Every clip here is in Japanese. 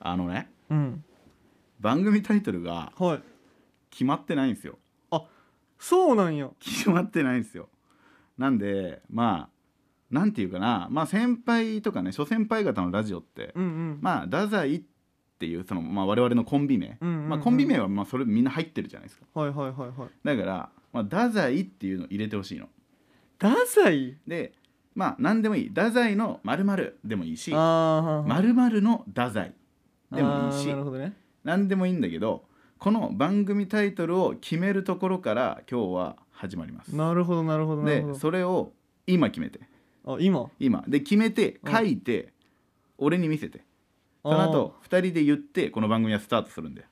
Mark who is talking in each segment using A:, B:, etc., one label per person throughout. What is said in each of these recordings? A: あのね
B: うん
A: 番組タイトルが
B: はい
A: 決まってないんですよ
B: そうなんや
A: 決まってないんですよなんでまあなんていうかなまあ先輩とかね諸先輩方のラジオって、
B: うんうん
A: まあ太宰っていうその、まあ、我々のコンビ名、
B: うんうんうん
A: まあ、コンビ名はまあそれみんな入ってるじゃないですか
B: はいはいはいはい
A: だから、まあ、太宰っていうの入れてほしいの
B: 太宰
A: でまあ何でもいい太宰の〇〇でもいいし
B: ああ
A: 〇〇の太宰でもいいし
B: なるほどね
A: 何でもいいんだけどこの番組タイトルを決めるところから今日は始まります
B: なるほどなるほどなる
A: で
B: ほど
A: それを今決めて
B: あ今
A: 今で決めて
B: うん
A: 書いて、俺に見せて
B: あ
A: そ
B: ー
A: の後二人で言ってこの番組はスタートするんだよ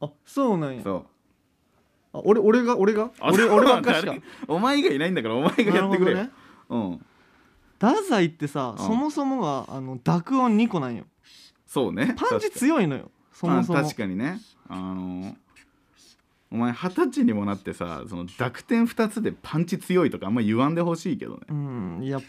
B: あそうなんや
A: そう
B: あ俺俺が俺が
A: あ
B: 俺
A: そう
B: 俺ばっかしか
A: 誰お前がいないんだからお前がやってくれよ、
B: なる
A: うん
B: 太宰ってさ、
A: うん
B: そもそもがあの濁音2個なんよ
A: そうね
B: パンチ強いのよそもそも
A: まあ確かにねあのお前二十歳にもなってさその濁点二つでパンチ強いとかあんま言わんでほしいけどね
B: うんいや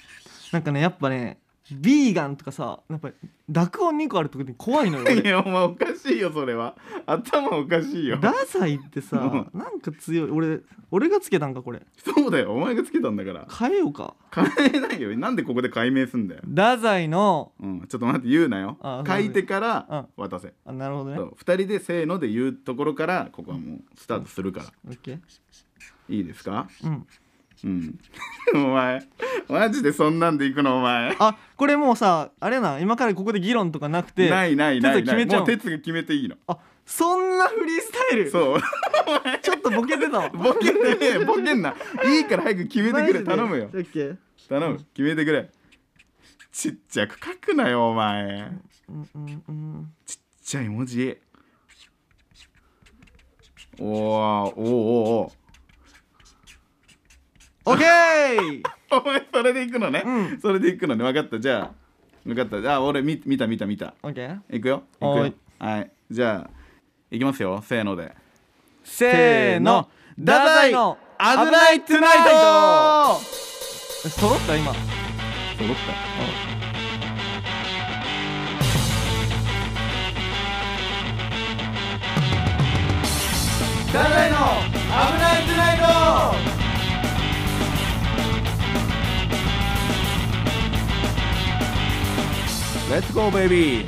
B: なんかねやっぱねビーガンとかさやっぱり濁音2個あるとに怖いの よ俺
A: いやお前おかしいよそれは頭おかしいよ
B: 太宰ってさ
A: う
B: なんか強い俺俺がつけたんかこれ
A: そうだよお前がつけたんだから
B: 変えようか
A: 変えないよなんでここで解明すんだよ、
B: 太宰の
A: うん、ちょっと待って言うなよ
B: あ
A: 書いてから渡せ、
B: あなるほどね
A: そう2人でせーので言うところからここはもうスタートするから、
B: オッケー
A: いいですか
B: うん
A: うん お前マジでそんなんで行くのお前
B: あこれもうさあれな今からここで議論とかなくて
A: ないないない
B: 哲
A: な
B: が決め
A: い
B: ちゃう
A: もう哲が決めていいの
B: あそんなフリースタイル
A: そう
B: ちょっとボケてた わ
A: ボケてねえボケんないいから早く決めてくれ頼むよ
B: マジでオッケー
A: 頼む決めてくれちっちゃく書くなよお前
B: うんうんうん
A: ちっちゃい文字おーおーおー
B: オッケー
A: おー お前それでいくのね、
B: うん
A: それでいくのね分かったじゃあ分かったじゃあ俺見見た見た見た
B: オッケー
A: いくよいくよ
B: は
A: はいいじゃあいきますよせーので
B: せーの
A: 太宰の危ないトゥナイト
B: 揃った今
A: 揃った
B: ダザイの危ないトゥナイト
A: レッツゴーベイビー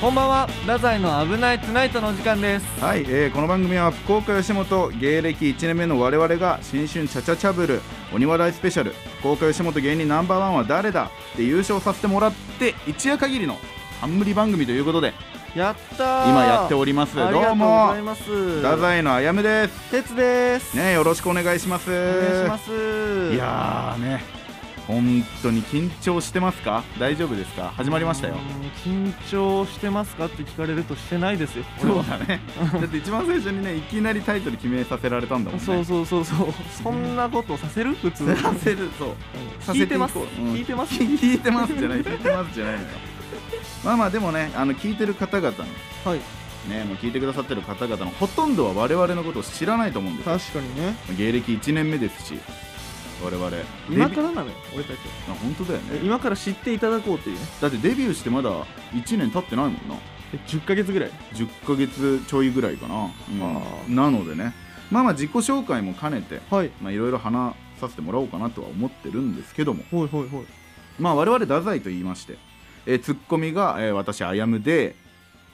B: こんばんはダザイの危ないトゥナイトのお時間です
A: はい、えーこの番組は福岡吉本芸歴1年目の我々が新春チャチャチャブル鬼笑いスペシャル福岡吉本芸人ナンバーワンは誰だで優勝させてもらって一夜限りの冠番組ということで
B: やったー
A: 今やっておりますど
B: ありがと
A: う
B: うご
A: も
B: ざいます
A: 太宰のあやむです
B: 哲です
A: ねよろしくお願いします
B: お願いします
A: いやーね本当に緊張してますか大丈夫ですか始まりましたよ
B: うん緊張してますかって聞かれるとしてないですよ
A: そうだねだって一番最初にねいきなりタイトル決めさせられたんだもんね
B: そうそうそうそうそんなことさせる 普通
A: させるそうさ
B: 聞
A: せ
B: いて
A: いこ
B: ま
A: う
B: す
A: うん
B: 聞いてます
A: 聞いてますじゃない聞いてますじゃないのよまあまあでもねあの聞いてる方々の
B: はい
A: ねもう聞いてくださってる方々のほとんどは我々のことを知らないと思うんですよ
B: 確かにね
A: 芸歴1年目ですし我々
B: 今
A: デビ
B: か
A: ュー
B: らなのよ俺たちは
A: あ本当だよね
B: 今から知っていただこうというね
A: だってデビューしてまだ1年経ってないもんな
B: え10ヶ月ぐらい
A: 10ヶ月ちょいぐらいかな、
B: あ
A: うん、なのでねまあまあ自己紹介も兼ねて
B: はい
A: まあいろいろ話させてもらおうかなとは思ってるんですけども
B: ほいほいほい
A: まあ我々太宰と言いまして、えーツッコミが、えー私あやむで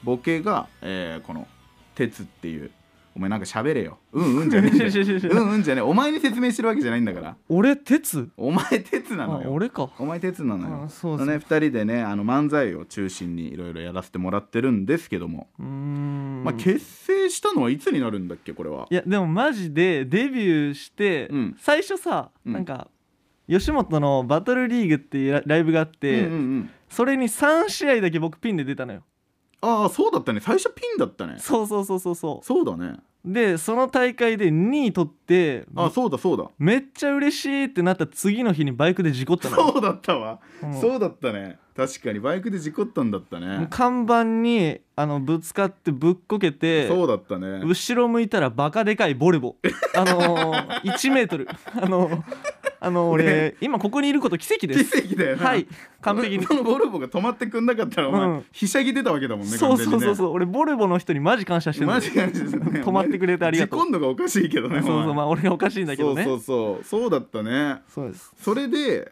A: ボケが、えーこの鉄っていうお前なんか喋れようんうんじゃねえん だようんうんじゃねえお前に説明してるわけじゃないんだから
B: 俺鉄
A: お前鉄な
B: あ
A: のよ
B: 俺か
A: お前鉄なの
B: あ
A: よ
B: そうそう
A: ね、2人でねあの漫才を中心にいろいろやらせてもらってるんですけども、
B: うーん
A: まあ、結成したのはいつになるんだっけこれはい
B: やでもマジでデビューして、
A: うん
B: 最初さ、
A: うん
B: なんか吉本のバトルリーグっていうラライブがあっ
A: う
B: て、
A: んうんうん、
B: それに3試合だけ僕ピンで出たのよ
A: ああそうだったね最初ピンだったね
B: そうそうそうそうそ
A: そうだね
B: うでその大会で2位取って
A: あそうだそうだ
B: めっちゃ嬉しいってなった次の日にバイクで事故ったのよ
A: そうだったわ
B: うん
A: そうだったね確かにバイクで事故ったんだった
B: もう
A: ね
B: 看板にあのぶつかってぶっこけて
A: そうだったね
B: 後ろ向いたらバカでかいボルボあのー、1メートルあのーあの俺、今ここにいること奇跡です
A: 奇跡だよな
B: はい完璧に
A: このボルボが止まってくんなかったらお前、
B: うん
A: ひしゃぎ出たわけだもんね
B: そうそうそう
A: う
B: そう俺ボルボの人にマジ感謝してる
A: マジ感じですね
B: 止まってくれてありがとう
A: 今度がおかしいけどね
B: そうそうま
A: あ
B: あ俺がおかしいんだけどね
A: そうそうそうそうだったね
B: そうです
A: それで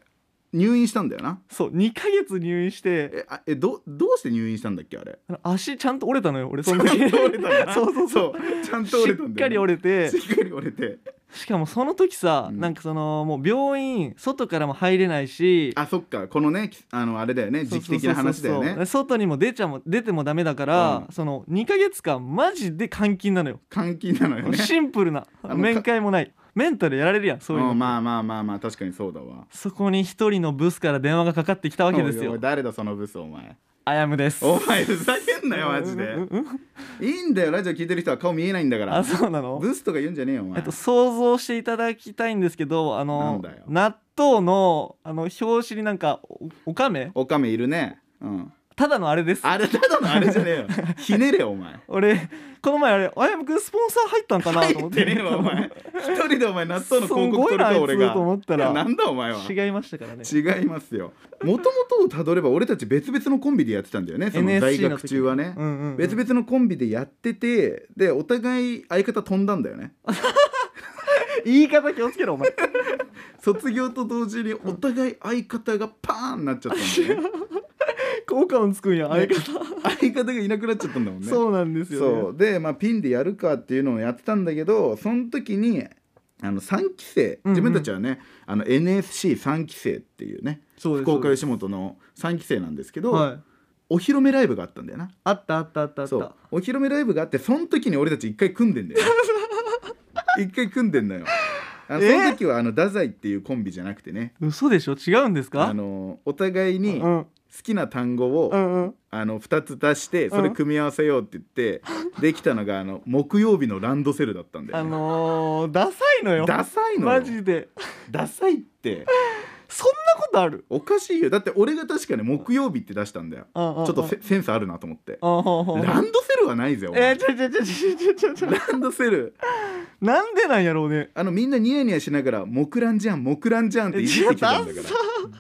A: 入院したんだよな
B: そう2ヶ月入院して
A: えあえどどうして入院したんだっけあ れ
B: あの足ちゃんと折れたのよ俺その時
A: ちゃんと折れたんだな
B: そうそうそう
A: そうちゃんと折れた
B: しっ
A: んだよ
B: かり折れて
A: しっかり折れて
B: しかもその時さ、
A: うん
B: なんかそのもう病院外からも入れないし
A: あそっかこのねきあのあれだよね時期的な話だよ
B: そうそうそうそ
A: ね
B: う外にも出ちゃも出てもダメだから、
A: う
B: その2ヶ月間マジで監禁なのよ
A: 監禁なのよね
B: シンプルな
A: あの
B: 面会もないメンタルやられるやんそういうの、
A: うんまあまあまあまあ確かにそうだわ
B: そこに一人のブスから電話がかかってきたわけです
A: おいおい
B: よ
A: 誰だそのブスお前
B: あやむです
A: お前ふざけんなよマジで
B: うんうんうん
A: いいんだよラジオ聞いてる人は顔見えないんだから
B: あそうなの
A: ブスとか言うんじゃねえよお前、
B: えっと想像していただきたいんですけどあ
A: なん
B: の
A: だよ
B: 納豆のあの表紙になんかおおかめ
A: オカメいるねうん
B: ただのあれです
A: あれただのあれじゃね えよひねれよお前
B: 俺この前あれあやむくんスポンサー入ったんかなと
A: 入
B: 思
A: っ
B: って
A: てねえわお前一人でお前納豆の広
B: す
A: 告
B: ご
A: 取る
B: いなあい
A: か
B: つ
A: 俺が
B: と思ったら
A: いやなんだお前は
B: 違いましたからね
A: 違いますよもともとをたどれば俺たち別々のコンビでやってたんだよねその
B: NSC
A: 大学中はね、
B: うんうんうん
A: 別々のコンビでやっててでお互い相方飛んだんだよね
B: 言い方気をつ けろお前
A: 卒業と同時にお互い相方がパーンなっちゃったんだよね
B: 効果音つくんや 相方、
A: 相方がいなくなっちゃったんだもんね
B: そうなんです
A: そ
B: よ、ね、
A: うで、まあ、ピンでやるかっていうのをやってたんだけどその時にあの3期生
B: うんうん
A: 自分たちはね、あの NSC3 期生っていうね
B: そうです
A: 福岡吉本の3期生なんですけど、
B: はい
A: お披露目ライブがあったんだよな
B: あったあったあったあっ
A: そう
B: た
A: お披露目ライブがあってその時に俺たち一回組んでんだよ 一回組んでんのよあのそ
B: え
A: の時はあの太宰っていうコンビじゃなくてね
B: 嘘でしょ違うんですか
A: あのお互いに
B: う
A: 好
B: ん
A: きな単語を、
B: うんうん
A: あの2つ足してそれ組み合わせようって言っ て、できたのがあの木曜日のランドセルだったんだ
B: あ
A: よ、ね
B: のー、ダサいのよ
A: ダサいのよ
B: マジで
A: ダサいって
B: そんなことある
A: おかしいよだって俺が確かに木曜日って出したんだよ
B: ちょ
A: ちょっとセセンスあるなと思って
B: あほうほう
A: ランドセルはないぜお
B: え
A: 前
B: ー、ちょちょちょちょちょちょちょ
A: ランドセル
B: なんでなんやろうね
A: あのみんなニヤニヤしながら「木蘭じゃん木蘭じゃん」って言ってきたんだか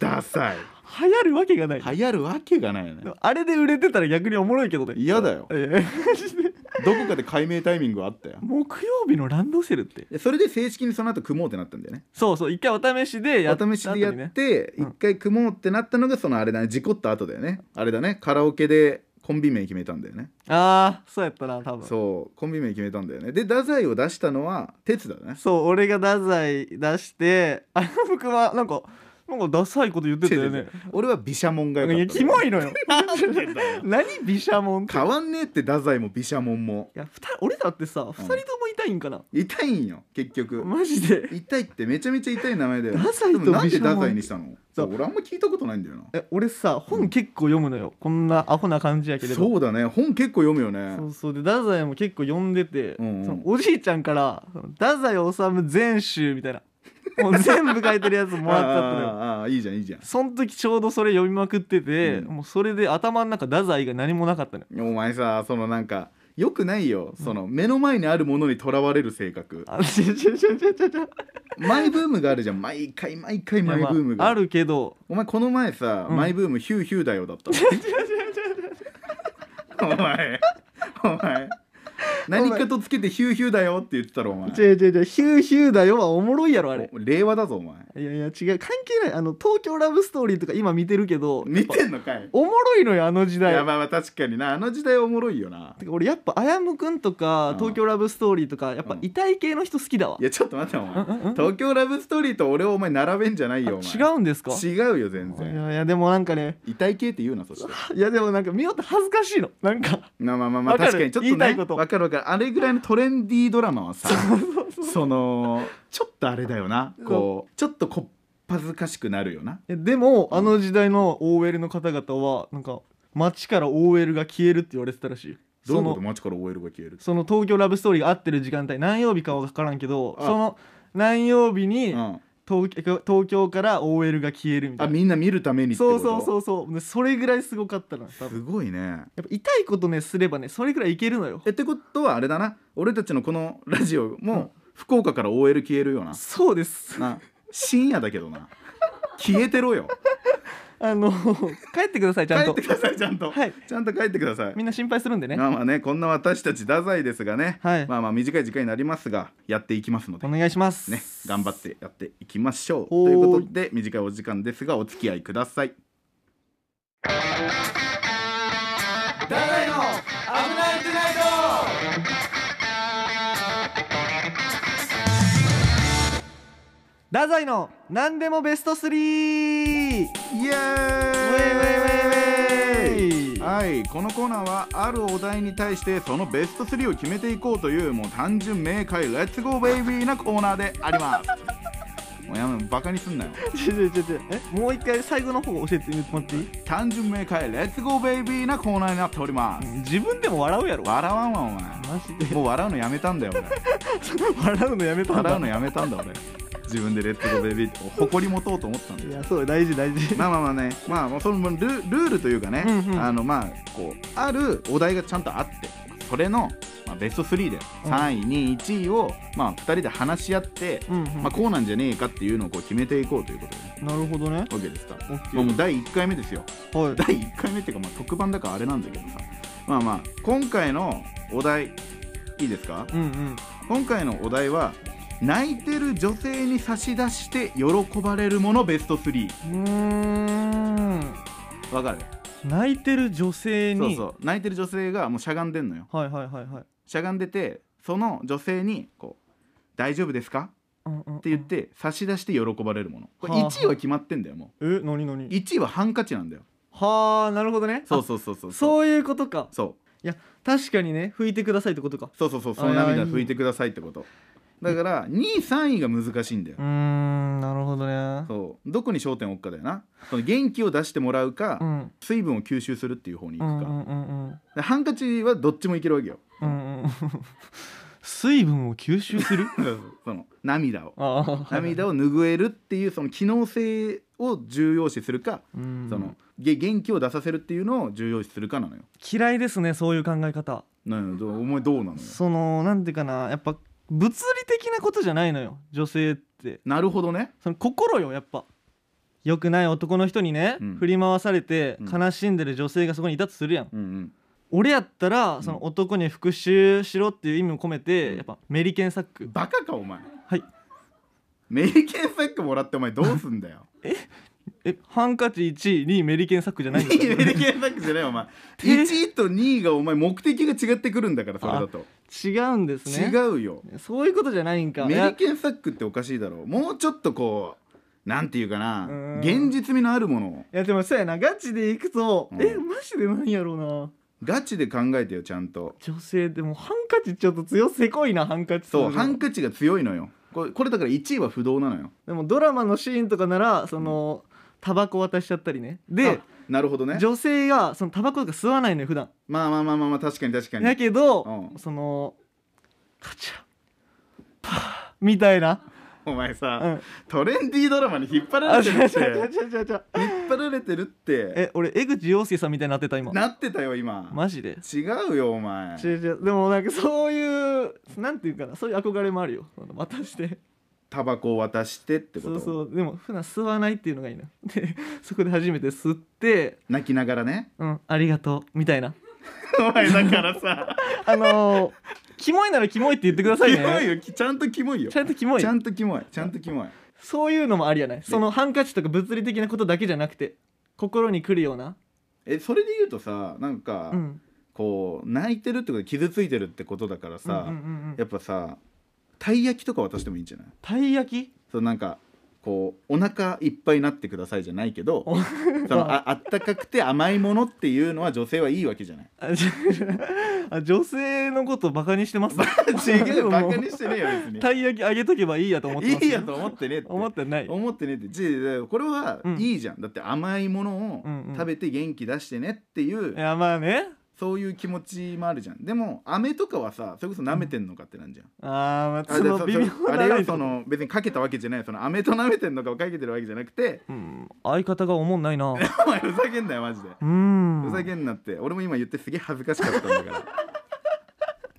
A: らダサい
B: 流行るわけがない
A: 流行るわけがないよね
B: でもあれで売れてたら逆におもろいけどね
A: 嫌だよ
B: えーマジで
A: どこかで解明タイミングはあったよ
B: 木曜日のランドセルって
A: でそれで正式にその後組もうってなったんだよね
B: そうそう一回お試しでやった後
A: お
B: に
A: 試しでやっ
B: ね
A: て
B: うん
A: 一回組もうってなったのがそのあれだね事故った後だよねあれだねカラオケでコンビ名決めたんだよね
B: ああそうやったな多分そう
A: そうコンビ名決めたんだよねで太宰を出したのは哲だね
B: 俺が太宰出してあの服はなんかなんかダサいこと言ってたよ
A: 違う違
B: ね
A: う違う俺は毘沙門がよか
B: いや
A: った
B: キモいのよ
A: なんでだよ
B: 何毘沙門ってい
A: 変わんねえって太宰も毘沙門も
B: や二人俺だってさ二人とも痛いんかな、
A: 痛いんよ結局
B: マジで
A: 痛いってめちゃめちゃ痛い名前だよ
B: 太宰と
A: でもなんで
B: 毘沙門
A: 太宰にしたの
B: そう
A: そう俺あんま聞いたことないんだよな
B: え俺さ本結構読むのよ、こんなアホな感じやけれど
A: そうだね本結構読むよね
B: そうそうで太宰も結構読んでて、
A: うんうん
B: そのおじいちゃんから「その太宰治全集」みたいなもう全部書いてるやつもらっちゃったのよ
A: あーあーいいじゃんいいじゃん
B: その時ちょうどそれ読みまくってて、
A: うん
B: もうそれで頭の中太宰が何もな かったのよ
A: お前さそのなんかよくないよその目の前にあるものにとらわれる性格
B: あちょちょちょちょちょちょ
A: マイブームがあるじゃん毎回毎回マイブーム
B: いやまあ
A: が
B: あるけど
A: お前この前さ、
B: うん
A: マイブームヒューヒューだよだったのお前お前何かとつけてヒューヒューだよって言ってたろお前
B: 違う違う違うヒューヒューだよはおもろいやろあれ
A: お令和だぞお前
B: いやいや違う関係ないあの東京ラブストーリーとか今見てるけど
A: 見てんのかい
B: おもろいのよあの時代
A: やばいわ確かになあの時代おもろいよな
B: てか俺やっぱあやむくんと
A: う
B: か
A: ん
B: 東京ラブストーリーとかやっぱ
A: うん
B: 異体系の人好きだわ、
A: いやちょっと待ってお前
B: うんうんうん
A: 東京ラブストーリーと俺をお前並べんじゃないよお前
B: 違うんですか
A: 違うよ全
B: い
A: 然
B: やいやでもなんかね
A: 痛い系って言うなそして
B: いやでもなんか見ようって恥ずかしいのなんか
A: まあまあまあまあ
B: わかる
A: 確かにちょっ
B: 言
A: と
B: いた
A: ね
B: いこと
A: わかるわかるあれぐらいのトレンディードラマはさそのちょっとあれだよなこうちょっとこっぱずかしくなるよな
B: え でもあの時代の OL の方々はなんか街から OL が消えるって言われてたらしい
A: どう
B: そ
A: いうこと
B: の
A: 街から OL が消える
B: その東京ラブストーリーが合ってる時間帯何曜日かは分からんけど
A: あ
B: その何曜日に
A: うん
B: 東京東京から OL が消えるみた
A: あ
B: いな
A: みんな見るためにって
B: そ
A: こ
B: う
A: と
B: そうそううそうでそれぐらいすごかったな多分
A: すごいね
B: やっぱ痛いことねすればねそれぐらいいけるのよ
A: えってことはあれだな俺たちのこのラジオ
B: うん
A: も福岡から OL 消えるような
B: そうです
A: な深夜だけどな消えてろよ
B: あの 帰ってください
A: 帰
B: ちゃん
A: っ
B: と
A: てくださいちゃんと、
B: はい
A: ちゃんと帰ってください
B: みんな心配するんでね
A: まあまあねこんな私たち太宰ですがね、
B: はい
A: まあまあ短い時間になりますがやっていきますので
B: お願いします
A: ね頑張ってやっていきましょう
B: ほ
A: と
B: ーい
A: いうことで短いお時間ですがお付き合いください
B: ダダイの危ないトゥナイトダザイの何でもベスト3
A: イエーイ
B: ウェイウェイウェイ
A: はいこのコーナーはあるお題に対してそのベスト3を決めていこうというもう単純明快レッツゴーベイビーなコーナーでありますもうやめバカにすんなよ
B: ちょちょちょちょえもう一回最後の方教えてもらっていい
A: 単純明快レッツゴーベイビーなコーナーになっております
B: 自分でも笑うやろマ
A: 笑わんわお前
B: ジで
A: もう笑うのやめたんだよ俺
B: 笑うのやめたんだ
A: 笑うのやめたんだ俺自分でレッツゴーベイビーって誇り持とうと思ったんだよ
B: いやそう大事大事
A: まあまあまあね、まあまあ、そのルルールというかね、
B: うんうん
A: あのまあこうあるお題がちゃんとあってそれの、まあ、ベスト3で
B: うん
A: 3位、2位1位を、まあ、2人で話し合って、
B: うんうん
A: まあ、こうなんじゃねえかっていうのをこう決めていこうということで、ね、
B: なるほどね
A: わけですか
B: オッケ
A: もう
B: ー
A: もう第1回目ですよ
B: はい
A: 第1回目っていうか、まあ、特番だからあれなんだけどさまあまあ今回のお題いいですか
B: うんうん
A: 今回のお題は泣いてる女性に差し出して喜ばれるものベスト3
B: うーん
A: わかる
B: 泣いてる女性
A: そう
B: に
A: そう泣いてる女性がもうしゃがんでんのよ
B: はいはいはいはい
A: しゃがんでてその女性にこう「大丈夫ですか?」
B: うんうんうん
A: って言って差し出して喜ばれるものこれ
B: はあ
A: 1位は決まってんだよも
B: え何
A: う
B: 何
A: 1位はハンカチなんだよ
B: はあなるほどね
A: そう
B: あ
A: そうそうそうそう
B: そういうことか
A: そう
B: いや確かにね拭いてくださいってことか
A: そうそうそうその
B: あいや
A: 涙拭いてくださいってことだから2位3位が難しいんだよ
B: うーんなるほどね
A: そうどこに焦点を置くかだよなその元気を出してもらうか、
B: うんうん
A: 水分を吸収するっていう方に
B: う
A: 行
B: ん
A: く
B: う
A: か、
B: んうん
A: でハンカチはどっちもいけるわけよ
B: うんうん水分を吸収する
A: その涙を
B: ああ
A: 涙を拭えるっていうその機能性を重要視するか、
B: うん
A: そのげ元気を出させるっていうのを重要視するかなのよ。
B: 嫌いですねそういう考え方
A: なんやどうお前どうなのよ。
B: そのなんていうかなやっぱ物理的なことじゃないのよ女性って
A: なるほどね。
B: その心よやっぱ良くない男の人にね、
A: うん
B: 振り回されて
A: うん
B: 悲しんでる女性がそこにいたとするやん、
A: うんうん。
B: 俺やったら、
A: ん
B: その男に復讐しろっていう意味を込めて、
A: うん
B: やっぱメリケンサック
A: バカかお前。
B: はい
A: メリケンサックもらってお前どうすんだ よ。
B: えハンカチ1位にメリケンサックじゃないん
A: いい
B: で
A: メリケンサックじゃないお 前。1位と2位がお前目的が違ってくるんだからそれだと。
B: すか違うんですね
A: 違うよ。
B: そういうことじゃないんか
A: メ
B: い
A: リ
B: や
A: ケンサックっておかしいだろう。もうちょっとこうなんていうか
B: う
A: な
B: ーん
A: 現実味のあるものを
B: いやでもそうやなガチでいくと、
A: うん
B: えマジでなんやろうな
A: ガチで考えてよちゃんと。
B: 女性でもハンカチちょっと強せこいなハンカチ
A: そう、
B: れ
A: ハンカチが強いのよこれこれだから1位は不動なのよ
B: でもドラマのシーンとかならその、タバコ渡しちゃったりねで
A: あなるほどね
B: 女性がそのタバコとか吸わないのよ普段
A: まあまあまあまあまあ確かに確か
B: だ
A: に
B: けど、
A: うん
B: そのカチャパーみたいな、
A: お前さ、
B: うん、
A: トレンディードラマに引っ張ら
B: あ
A: れ
B: ち
A: てる
B: ゃ
A: っ
B: ちゃ
A: て
B: ちゃちゃちゃ
A: 引っ張られてるって
B: え俺江口洋介さんみたいになってた今
A: なってたよ今、
B: マジで
A: 違うよお前
B: 違う違うでもなんかそういうなんていうかなそういう憧れもあるよその渡して
A: タバコを渡してってこ
B: そ
A: と
B: うそうでも普段吸わないっていうのがいいなでそこで初めて吸って
A: 泣きながらね
B: うんありがとうみたいな
A: お前だからさ
B: あのー、 キモいならキモいって言ってください
A: キ
B: ね
A: モいよちゃんとキモいよ
B: ちゃんとキモい
A: ちゃんとキモいちゃんとキモい
B: そういうのもありやないそのハンカチとか物理的なことだけじゃなくて心にくるような
A: えそれで言うとさなんか、
B: うん
A: こう泣いてるってことで傷ついてるってことだからさ、
B: うんうんうんうん
A: やっぱさたい焼きとか渡してもいいんじゃない
B: たい焼き
A: そうなんかこうお腹いっぱいになってくださいじゃないけど
B: お
A: そのああったかくて甘いものっていうのは女性はいいわけじゃ ない
B: あじゃあ女性のことバカにしてます
A: 違う
B: も
A: バカにしてねえよ
B: たい焼きあげとけばいいやと思っ
A: 別
B: て
A: に
B: ます
A: いいやと思ってねえって
B: 思ってない
A: 思ってねえってじゃあこれは
B: うん
A: いいじゃん、だって甘いものを
B: うんうん
A: 食べて元気出してねっていう、
B: いやまあね
A: そういう気持ちもあるじゃんでも飴とかはさそれこそ舐めてんのかってなんじゃん、
B: あーまあ
A: あ
B: そ
A: で
B: の
A: そ
B: 微妙
A: そあ
B: な
A: れ
B: ライ
A: は
B: ン
A: その別にかけたわけじゃないその飴と舐めてんのかをかけてるわけじゃなくて
B: うん相方がおもんないな
A: お
B: う
A: 前ふざけんなよマジで
B: ーん
A: ふざけんなって俺も今言ってすげえ恥ずかしかったんだから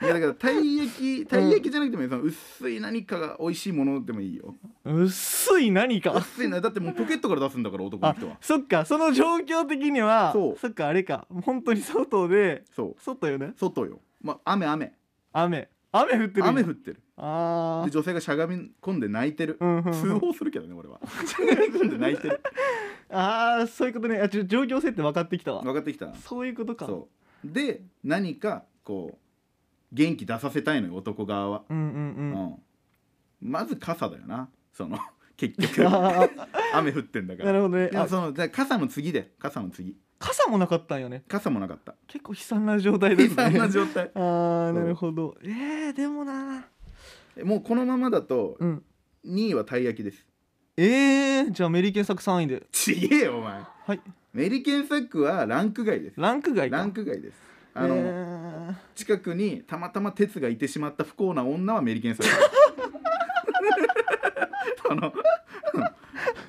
A: いやだから体液体液じゃなくてもいいその薄い何かが美味しいものでもいいよ
B: 薄い何か
A: 薄いなだってもうポケットから出すんだから男の
B: あ
A: 人は
B: そっかその状況的には
A: そう
B: っかあれか本当に外で
A: そう
B: 外よね
A: 外よまあ雨雨
B: 雨雨降ってる
A: 雨降ってる
B: あ
A: で
B: ー
A: 女性がしゃがみ込んで泣いてる
B: うんうんうん
A: 通報するけどね俺はしゃがみ込んで泣いてる
B: あーそういうことねあちょ状況設定分かってきたわ
A: 分かってきた
B: そういうことか
A: そうで何かこう元気出させたいのよ男側は、
B: うんう
A: う
B: んうん
A: んまず傘だよなそ の結局
B: あ
A: 雨降ってんだ
B: ー
A: か
B: な
A: ら
B: るほどね
A: でも
B: あ
A: そのだから傘の次で傘の次
B: 傘もなかったんよね
A: 傘もなかった
B: 結構悲惨な状 態で
A: 悲
B: すね
A: 惨な状態
B: あーなるほどえー、でもな
A: もうこのままだと
B: うん
A: 2位はたい焼きです
B: えー、じゃあメリケン作3位で
A: ちげえよお前
B: はい
A: メリケンサックはランク外です
B: ランク外か
A: ランク外ですあの、
B: えー
A: 近くにたまたま鉄がいてしまった不幸な女はメリケ ンサックあの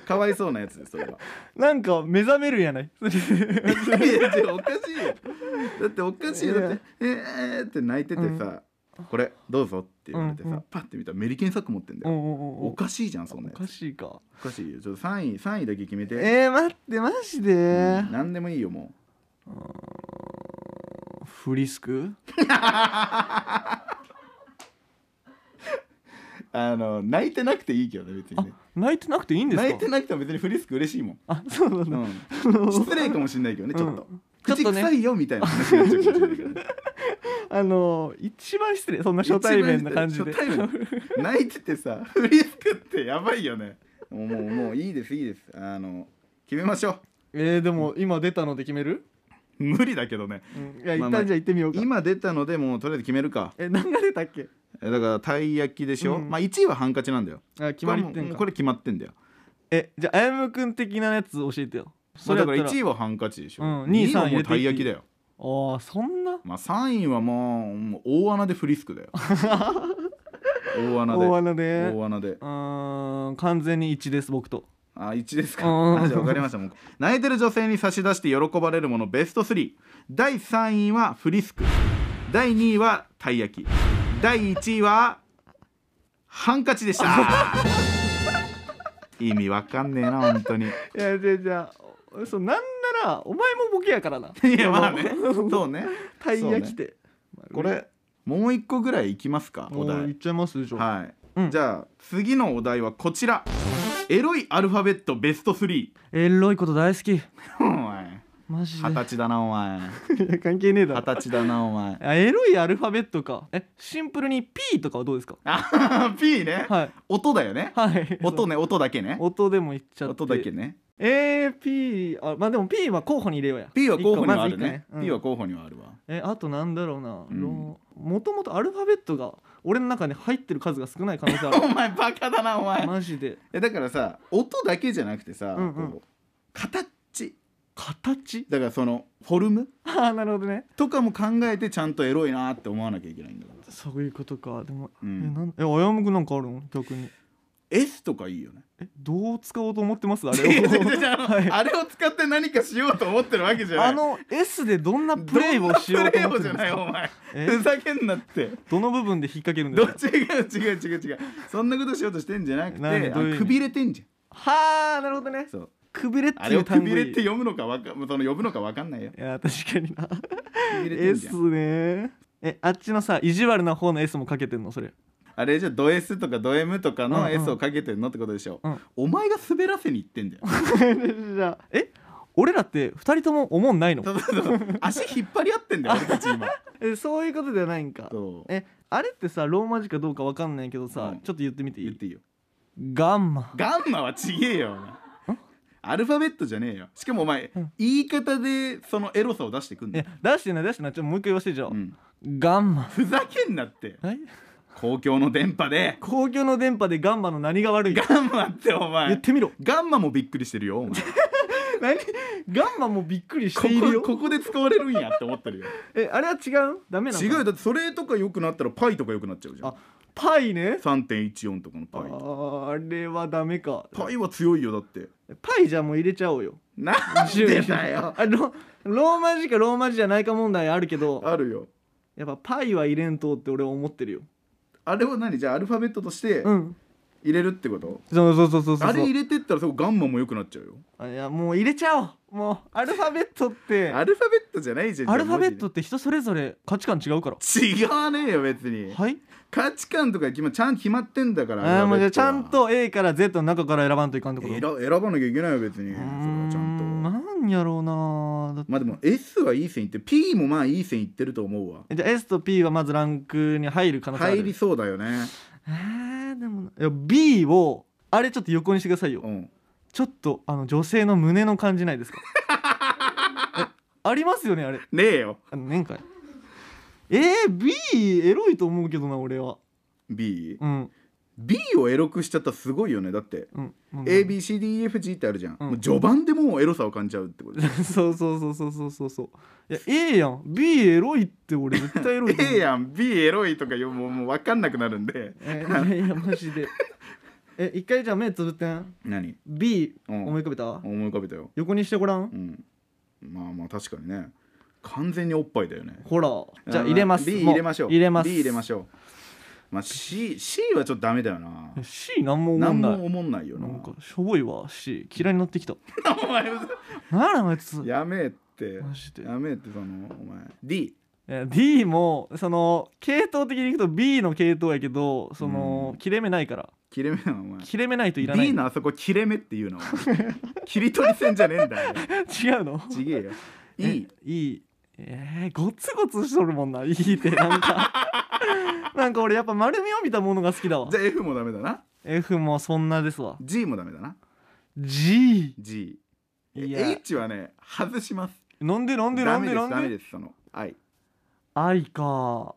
A: かわいそうなやつですそれは
B: なんか目覚めるやな
A: い
B: い
A: やいやおかしいよだっておかしいよだって「えー」って泣いててさ「これどうぞ」って言われてさ、
B: うんうん
A: パッて見たらメリケンサック持ってんだ
B: お
A: よ、
B: お
A: おかしいじゃんそんな
B: お
A: や
B: か
A: つ
B: しいか
A: おかしいよちょっと3位3位だけ決めて、
B: えー、待ってマジで、
A: うん何でもいいよも
B: フリスク
A: うあの泣いてなくていいけどね別に
B: あ
A: ね
B: 泣いてなくていいんですか
A: 泣いてなくても別にフリスク嬉しいもん、
B: あそうなん
A: う
B: だ、
A: ん、 失礼かもしれないけどねちょっと、
B: うん
A: 口
B: ちょっとね
A: 臭いよみたいな話になっちゃうかもしれないからね
B: あのー一番失礼そんな初対面な感じで
A: 一番初対面泣いててさフリスクってやばいよねもうもうもういいですいいですあの決めましょ
B: えー、でも今出たので決める、
A: う無理だけどね
B: うん、いや一
A: まあ
B: 旦
A: まあ
B: じゃあ行ってみようか、
A: 今出たのでもうとりあえず決めるか
B: え何が出たっけ
A: えだからたい焼きでしょ、
B: うん
A: まあ1位はハンカチなんだよ
B: あ決まりって
A: これはもうも
B: んか
A: うこれ決まってんだよ
B: えじゃああやむくん的なやつ教えてよ
A: それだから
B: やった
A: 1位はハンカチでしょ、
B: うん
A: 2
B: 2
A: 位
B: 位
A: はもう
B: 3位入れていい
A: たい焼きだよ
B: ああそんな
A: まあ3位はもうもう大穴でフリスク だよ大穴で
B: 大穴で
A: 大穴で
B: うーん完全に一致です僕と
A: あ一ですか。
B: うん
A: あじゃあ分かりました。もう泣いてる女性に差し出して喜ばれるものベスト3。第3位はフリスク。第2位はたい焼き。第1位はハンカチでし た。意味わかんねえな本当に。い
B: いやじゃあじゃあそうなんならお前もボケや からな
A: やまあね。 そうね。
B: たい焼きて、
A: これもう一個ぐらいいきますかお
B: もういっ
A: 題。
B: ちゃいますじゃあ、
A: はい。
B: うん
A: じゃあ次のお題はこちら。エロいアルファベットベスト3。
B: エロいこと大好き
A: お前
B: マジで
A: 二十歳だなお前。
B: いや関係ねえだ
A: 二
B: ろ
A: 十歳だなお前。
B: あエロいアルファベットかえシンプルに P とかはどうですか
A: あ P ね、
B: はい
A: 音だよね、
B: はい
A: 音ね音だけね
B: 音でもいっちゃって
A: 音だけね
B: えー、P あまあでも P は候補に入れようや
A: P は候補にはあ
B: 一
A: る
B: 個まず
A: ね
B: 一個うん
A: P は候補にはあるわ
B: えあとなんだろうな、
A: うん
B: もともとアルファベットが俺の中に入ってる数が少ない可能性あ
A: お前バカだなお前、
B: るマジで
A: えだからさ音だけじゃなくてさ、
B: うんうん
A: こう形
B: 形
A: だからそのフォルム
B: ああなるほどね
A: とかも考えてちゃんとエロいなって思わなきゃいけないんだから
B: そういうことかでも、
A: うん
B: えなんえあやむくんなんかあるの逆に
A: S とかいいよね
B: えどう使おうと思ってますあれ
A: 違う
B: を
A: 違う違うあの
B: はい
A: あれを使って何かしようと思ってるわけじゃない
B: あの S でどんなプレイをしよう
A: プ
B: と
A: レイ
B: 思っ
A: を
B: て
A: じゃ
B: るんで
A: ない
B: す
A: お
B: か
A: 前
B: え
A: ふざけんなって
B: どの部分で引っ掛けるん
A: ど
B: です
A: っ
B: か
A: ち違う違う違う違うそんなことしようとしてんじゃなくて
B: なんでどういう意味
A: あくびれてんじ
B: はあなるほどね
A: ゃんそう
B: くびれっ て
A: あ
B: い
A: れを
B: う
A: く
B: 単語
A: び
B: い
A: れ
B: い
A: って読むのかわかその呼ぶのかわかんないよ
B: いや確かにな
A: くびれてん
B: S
A: じゃん
B: ねえあっちのさ意地悪な方の S もかけてんのそれ
A: あれじゃド S とかド M とか
B: うん
A: の
B: うん
A: S をかけてんのってことでしょ、
B: うん
A: お前が滑らせに行ってんだよ
B: じゃあえ俺らって2人とも思んないの
A: そうそうそう足引っ張り合ってん だよ俺たち今
B: えそういうことではないんか
A: そう
B: えあれってさローマ字かどうかわかんないけどさ、
A: うん
B: ちょっと言ってみてい
A: 言っ
B: い
A: ていいよ
B: ガンマ
A: ガンマはちげえよお前アルファベットじゃねえよしかもお前、
B: うん
A: 言い方でそのエロさを出してくん
B: い
A: だ
B: や
A: よ、
B: 出してない出してないちょっともう一回言わせてじゃあ、
A: うん、
B: ガンマ
A: ふざけんなって
B: はい
A: 公共の電波 で
B: 公共の電波でガンマの何が悪い
A: ガンマってお前
B: 言ってみろ
A: ガンマもびっくりしてるよお前
B: 何ガンマもびっくりしているよ
A: ここここで使われるんやって思ってるよ
B: えあれは違うダメなの
A: 違うよだってそれとか良くなったらパイとか良くなっちゃうじゃん
B: あパイね
A: 3.14とかの
B: あ
A: パイ
B: ーあれはダメか
A: パイは強いよだって
B: パイじゃもう入れちゃおうよ
A: なんでだよ
B: あロローマ字かローマ字じゃないか問題あるけど
A: あるよ
B: やっぱパイは入れんとって俺は思ってるよ
A: あれは何じゃあアルファベットとして
B: うん
A: 入れるってこと、
B: そうそうそうそうそう
A: あれ入れてったらそこガンマも良くなっちゃうよ
B: あいやもう入れちゃおうもうアルファベットって
A: アルファベットじゃないじゃんじゃあ
B: アルファベットって人それぞれ価値観違うから
A: 違わねえよ別に
B: はい
A: 価値観とか決まちゃん決まってんだから
B: あーもうじゃ
A: アルファベッ
B: あち
A: トは
B: ゃんと A から Z の中から選ばんといかんってこと
A: 選選ばなきゃいけないよ別にそれ
B: うー
A: は
B: ん
A: ちゃんと
B: なんやろうなだって
A: まあでも S はいい線いってる P もまあいい線いってると思うわ
B: じゃあ S と P はまずランクに入る可能性ある
A: 入りそうだよね
B: えー、でもないや B をあれちょっと横にしてくださいよ
A: うん
B: ちょっとあの女性の胸の感じない ですかえありますよねあれ
A: ねえよ
B: あの年会えー、B エロいと思うけどな俺は
A: BB
B: うん
A: B をエロくしちゃったらすごいよねだって
B: うんなんだ
A: ABCDEFG ってあるじゃん、
B: うん
A: もう序盤でもうエロさを感じちゃうってことで
B: そうそうそうそうそうそうそういや A やん B エロいって俺絶対エロいと思う
A: A やん B エロいとかよもうもう分かんなくなるん で
B: えーいやいやマジでえ一回じゃあ目つぶってん
A: 何
B: B
A: うん
B: 思い浮かべた、
A: 思い浮かべたよ
B: 横にしてごらん
A: うんまあまあ確かにね完全におっぱいだよね
B: ほらじゃあ入れます
A: B
B: も
A: 入れましょう
B: 入れます
A: B 入れましょうまあ C, C はちょっとダメだよな
B: C なんも思
A: 何
B: んない
A: も思んないよな
B: なんかしょぼいわ C 嫌いになってき た
A: お前
B: なんやろあいつ
A: やめえって
B: マジで
A: やめえってそのお前 D
B: え D もその系統的にいくと B の系統やけどその、
A: うん
B: 切れ目ないから
A: 切れ目なお前
B: 切れ目ないといらない
A: D のあそこ切れ目って いうの切り取り線じゃねえんだよ
B: 違うの
A: ちげえよ E
B: えいいえー、ゴツゴツしとるもんないいってな んかなんか俺やっぱ丸みを見たものが好きだわ
A: じゃあ F もダメだな
B: F もそんなですわ
A: G もダメだな
B: G
A: G
B: いや
A: H はね外します
B: なんでなんでな
A: ダ
B: ん
A: メ
B: で
A: で
B: な
A: すダメ
B: んで
A: ですその I
B: I か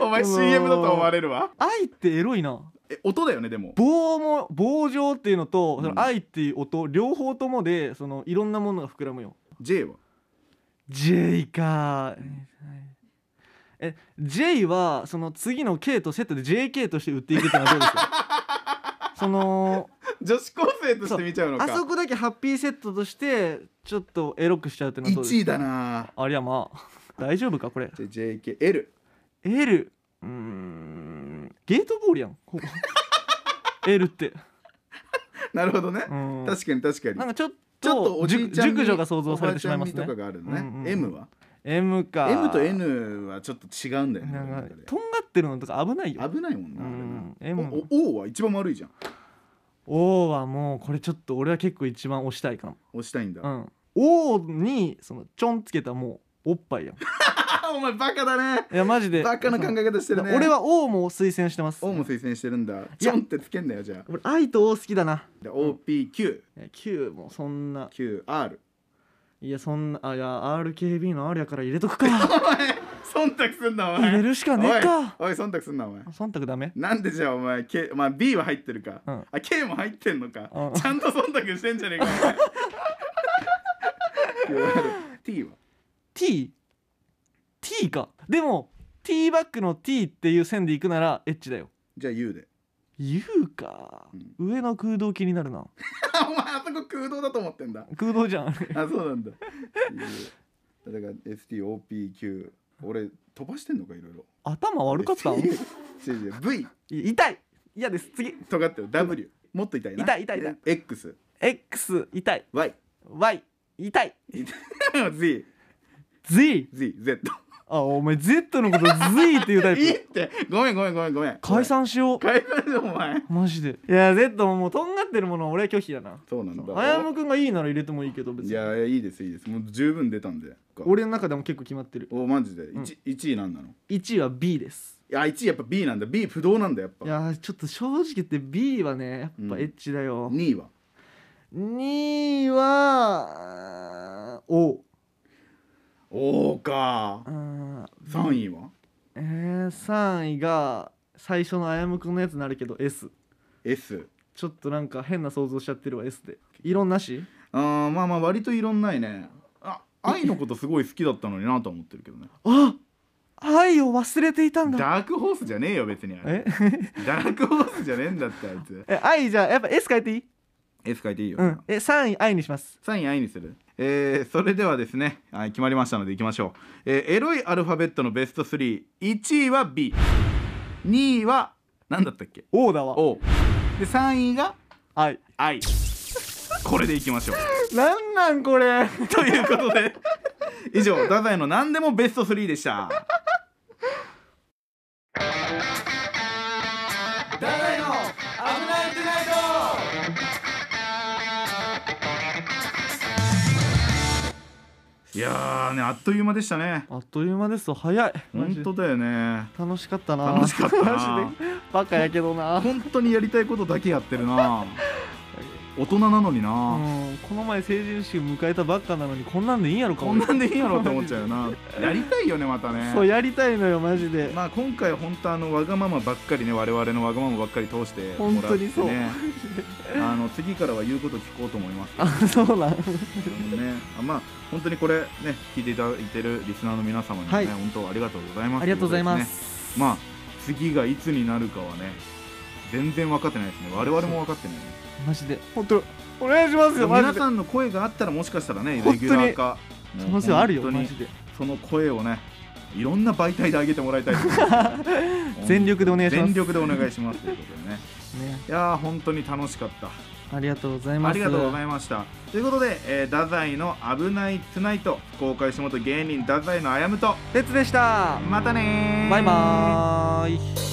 A: お前
B: あのー
A: CM だと思われるわ
B: I ってエロいな
A: え音だよねでも
B: 棒も棒状っていうのとそ
A: うん
B: の愛っていう音、両方ともでそのいろんなものが膨らむよ
A: J は
B: J かえ J はその次の K とセットで JK として売っていくっていうのはどうです かその
A: 女子高生として見ちゃうのか
B: あそこだけハッピーセットとしてちょっとエロくしちゃうっていうのはどうですか
A: 1位だな
B: ありゃまあ 大丈夫かこれ
A: じゃあ JKL
B: L うーんゲートボールやんここ L って
A: なるほどね、
B: うん
A: 確かに確かに
B: なんかちょっ
A: ちょっと
B: と
A: おじい
B: 熟
A: ちゃんに
B: 熟女が想像されてしまいます
A: おば
B: ね
A: あちゃんにとかがあるのね、
B: うんうんうん
A: M は
B: M か
A: M と N はちょっと違うんだよね
B: なんか
A: 俺
B: とんがってるのとか危ない
A: の中で
B: よ
A: 危ないもんな、
B: うん
A: あれな
B: M
A: おお O は一番丸いじゃん
B: O はもうこれちょっと俺は結構一番押したいかも、
A: 押したいんだ、
B: う
A: あ
B: ん、O にそのちょんつけたもうおっぱ いやんい
A: ーお前バカだね
B: やマジで
A: バカな考え方してるね
B: 俺は O も推薦してます
A: O も推薦してるんだちょんってつけんだよじゃあ
B: 俺 I と O 好きだな
A: で OPQQR
B: Q もそんないやそんなあいや RKB の R やから入れとくか
A: 忖度すんな お前
B: 入れるしかねえか
A: おいおい忖度すんなお前
B: 忖度ダメ
A: なんでじゃあお前、K まあ、B は入ってるか、
B: うん
A: あ K も入ってんのか、
B: うん
A: ちゃんと忖度してんじゃねえか お前 T は
B: T T かでも T バックの T っていう線で行くならエッチだよ
A: じゃあ U で
B: U か、
A: う
B: 上の空洞気になるな
A: あ お前あそこ空洞だと思ってんだ
B: 空洞じゃんあ れ
A: あそうなんだ U だから STOPQ 俺飛ばしてんのかいろいろ
B: 頭悪かったん
A: T 違う違う V
B: い痛い嫌です次
A: 尖ってる W もっと痛いな
B: 痛い痛い痛い
A: XYZ
B: X 痛い Y 痛い
A: Z
B: Z
A: Z Z
B: あお前 Z のこと Z って いうタイ
A: いい
B: プ
A: ってごめんごめんごめんごめん
B: 解散しよう
A: 解散しようお前
B: マジでいや Z ももうとんがってるものは俺は拒否だな
A: そうなんだ
B: あやむくんがいいなら入れてもいいけど別
A: い
B: に
A: やいやいいですいいですもう十分出たんで
B: 俺の中でも結構決まってる
A: おマジで
B: ん
A: 1,、一位なんなのい
B: 1位は B です
A: や1位やっぱ B なんだ B 不動なんだやっぱ
B: いやーちょっと正直言って B はねやっぱエッチだよ、
A: 2位は
B: 2位は O
A: おーか
B: うん
A: 3位は
B: えー、3位が最初のあやむくんのやつになるけど S
A: S
B: ちょっとなんか変な想像しちゃってるわ S で色なし
A: あーまあまあ割といろんないねあ愛のことすごい好きだったのになとは思ってるけどね
B: あ愛を忘れていたんだ
A: ダークホースじゃねえよ別にあれ
B: え
A: ダークホースじゃねえんだってあいつ
B: え愛じゃあやっぱ S 変えていい
A: S 書いていいよ、
B: うんえ3位愛にします
A: サイン愛にするえーそれではですね、はい、決まりましたのでいきましょう、えーエロいアルファベットのベスト31位は B2 位は何だったっけ
B: 王だわ
A: O で3位が
B: 愛
A: I これでいきましょう
B: なんなんこれ
A: ということで以上太宰の何でもベスト3でした太宰の危ないトゥナイトいやーねあっという間でしたね
B: あっという間ですよ早いマ
A: 本
B: ジで
A: 当だよね
B: 楽しかったな
A: 楽しかったな
B: マジでバカやけどな
A: 本当にやりたいことだけやってるな大人なのにな、
B: うんこの前成人式迎えたばっかなのにこんなんでいいんやろか
A: こんなんでいいやろって思っちゃうよなやりたいよねまたね
B: そうやりたいのよマジで、
A: まあ今回本当あのわがままばっかりね我々のわがままばっかり通してもらって
B: 本当に
A: ねあの次からは言うこと聞こうと思います
B: あそうなん
A: けども ねあまあ本当にこれね聞いていただいてるリスナーの皆様にもね、
B: はい
A: 本当ありがとうございます
B: ありがとうございま
A: というこ
B: す
A: とですねまあ次がいつになるかはね全然分かってないですね我々も分かってないね
B: マジで本当お願いしますよマ
A: 皆
B: ジで
A: さんの声があったらもしかしたらねレギ
B: 本当に
A: ュラー化もう
B: 可能性はあるよ
A: 本当
B: マ
A: に
B: ジで
A: その声をねいろんな媒体で上げてもらいたいです
B: 全力でお願いします
A: 全力でお願いしますということでね
B: ね
A: いやー本当に楽しかった
B: ありがとうございます
A: ありがとうございましたということで、えー、太宰の「危ないトゥナイト」公開してもと芸人太宰のあやむと
B: 鉄でした
A: またねー
B: バイバーイ